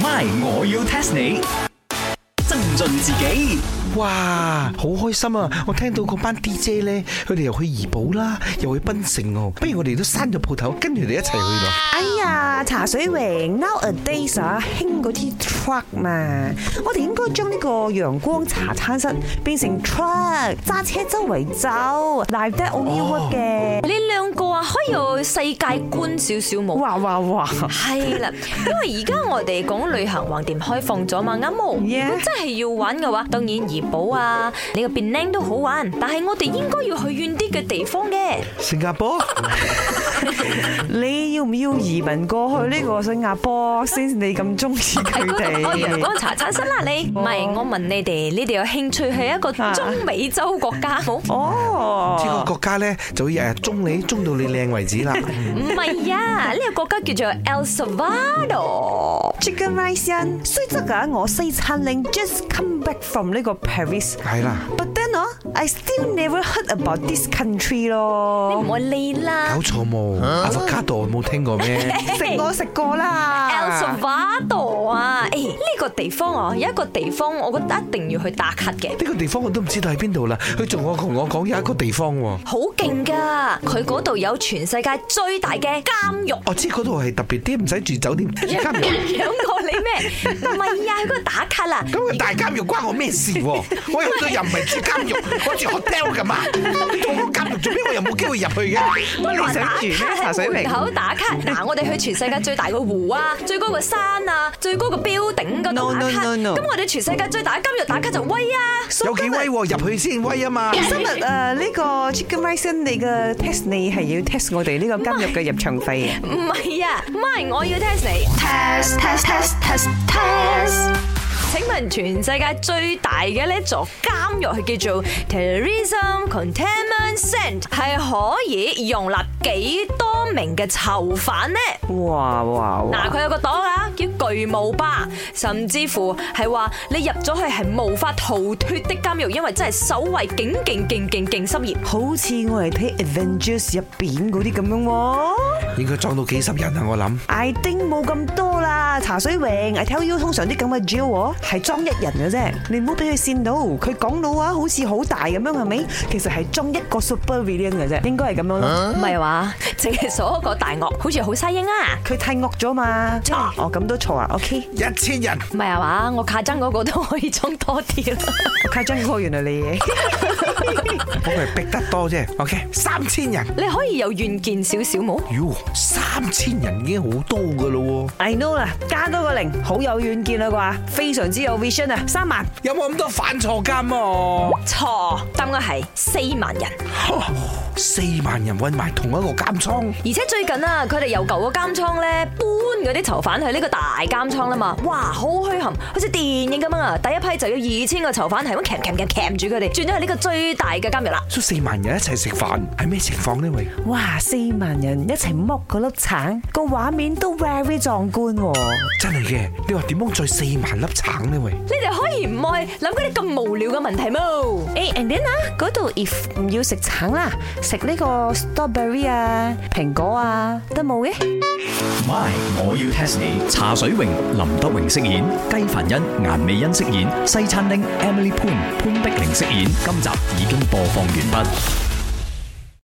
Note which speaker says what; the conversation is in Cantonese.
Speaker 1: My，我要 test 你。增進自己，
Speaker 2: 哇，好開心啊！我聽到嗰班 DJ 咧，佢哋又去怡保啦，又去檳城哦。不如我哋都閂咗鋪頭，跟住佢哋一齊去咯。
Speaker 3: 哎呀，茶水榮，nowadays 啊，興嗰啲 truck 嘛，我哋應該將呢個陽光茶餐室變成 truck，揸車周圍走，live that only work 嘅。
Speaker 4: 你兩個啊，可以有世界觀少少冇？
Speaker 3: 哇哇哇！
Speaker 4: 係啦，因為而家我哋講旅行橫掂開放咗嘛，啱冇？
Speaker 3: Yeah
Speaker 4: 如果真係要玩嘅話，當然怡保啊，你個便靚都好玩，但係我哋應該要去遠啲嘅地方嘅。
Speaker 2: 新加坡，
Speaker 3: 你要唔要移民過去呢個新加坡先？你咁中意佢
Speaker 4: 我陽
Speaker 3: 哋？
Speaker 4: 光茶餐室啦，你唔係我問你哋，你哋有興趣去一個中美洲國 家冇？
Speaker 2: 呢個
Speaker 3: 哦，
Speaker 2: 國家咧就要誒中你，中到你靚為止啦。
Speaker 4: 唔係啊，呢個國家叫做 El Salvador。
Speaker 3: Chicken rice 人，雖則啊，我西餐令 just come back from 呢個 Paris。
Speaker 2: 係啦，
Speaker 3: But then 啊，I still never heard about this country
Speaker 4: 你
Speaker 3: 咯
Speaker 4: 唔。好理啦
Speaker 2: 搞錯冇，阿佛卡度冇聽過咩？
Speaker 3: 食我食過
Speaker 4: ，El
Speaker 3: 啦。
Speaker 4: Salvador 啊，誒呢個地方啊，有一個地方我覺得一定要去打卡嘅，
Speaker 2: 呢個地方我都唔知道喺邊度啦。佢仲我同我講有一個地方喎，
Speaker 4: 好勁㗎！佢嗰度有全世界最大嘅監獄。
Speaker 2: 我知嗰度係特別啲，唔使住酒店，監獄。
Speaker 4: 養過你咩？唔係啊，去嗰度打卡啦。
Speaker 2: 咁啊個大監獄關我咩事喎？ 我入到又唔係住監獄，我住 hotel 噶嘛。你同我監獄做咩？我又冇機會入去嘅。
Speaker 4: 都話
Speaker 2: 你
Speaker 4: 打
Speaker 2: 想
Speaker 4: 卡
Speaker 2: 住咩？
Speaker 4: 喺
Speaker 2: 茶水
Speaker 4: 門
Speaker 2: 明，
Speaker 4: 口打卡，嗱，我哋去全世界最大嘅湖 啊，最高嘅山啊，最高嘅 building 嗰度打
Speaker 3: No,
Speaker 4: 卡。
Speaker 3: no, no, no.
Speaker 4: 咁我哋全世界最大今日打卡就威啊！
Speaker 2: 有幾威喎？入去先威啊嘛！
Speaker 3: 今日誒呢個 ờ, Chicken Rice 人你嘅 test 你係要 test 我哋呢個監獄嘅入場費啊！
Speaker 4: 唔係啊，唔係我要 test 你。
Speaker 5: test test test test test
Speaker 4: 請問全世界最大嘅呢座監獄係叫做 Terrorism Containment Center，係可以容納幾多名嘅囚犯呢？
Speaker 3: 哇哇
Speaker 4: 嗱，
Speaker 3: 哇！
Speaker 4: 佢有個黨啊，叫巨無霸，甚至乎係話你入咗去係無法逃脱的監獄，因為真係守衞警勁勁勁勁森嚴。
Speaker 3: 好似我嚟睇 Avengers 入邊嗰啲咁樣喎。
Speaker 2: 應該裝到幾十人啊！我諗
Speaker 3: I think 冇咁多啦，茶水榮，I tell you 通常啲咁嘅 jail 喎係裝一人嘅啫，你唔好俾佢跣到。佢講到啊，好似好大咁樣係咪？其實係裝一個 super villain 嘅啫，應該係咁樣咯。
Speaker 4: 哦唔啊係話，淨係鎖一個大鱷，好似好西英啊！
Speaker 3: 佢太惡咗嘛，哦咁都錯啊，OK。à?
Speaker 2: 一千人，
Speaker 4: 唔係啊嘛，我卡真嗰個都可以裝多啲啦。
Speaker 3: 我卡張哥原來你嘢，
Speaker 2: 不過係逼得多啫。OK，三千人，
Speaker 4: 你可以有遠見少少冇？
Speaker 2: 喲，三千人已經好多噶咯
Speaker 3: I know 啦，加多個零，好有遠見啦啩，非常之有 vision 啊，三萬，
Speaker 2: 喎，有冇咁多反錯監啊？
Speaker 4: 錯，答案係四萬人。
Speaker 2: 四萬人韞埋同一個監倉，
Speaker 4: 而且最近啊，佢哋由舊個監倉咧搬嗰啲囚犯去呢個大監倉啦嘛，哇，好墟冚，好似電影咁樣啊！第一批就要二千個囚犯係咁鉗鉗鉗鉗住佢哋，轉咗去呢個最大嘅監獄啦。
Speaker 2: 所以四萬人一齊食飯，係咩情況呢？喂，
Speaker 3: 哇，四萬人一齊剝嗰粒橙，個畫面都 very 壯觀喎。
Speaker 2: 真係嘅，你話點樣再四萬粒橙呢？喂？
Speaker 4: 你哋可以唔愛諗嗰啲咁無聊嘅問題冇？
Speaker 3: 誒 and then 啊，嗰度 if 唔要食橙啦，食呢個 strawberry 啊、蘋果啊都冇嘅。
Speaker 1: My，我要 test 你。茶水榮、林德榮飾演，雞凡欣、顏美欣飾演，西餐廳 Emily Poon 潘碧玲飾演。今集已經播放完畢。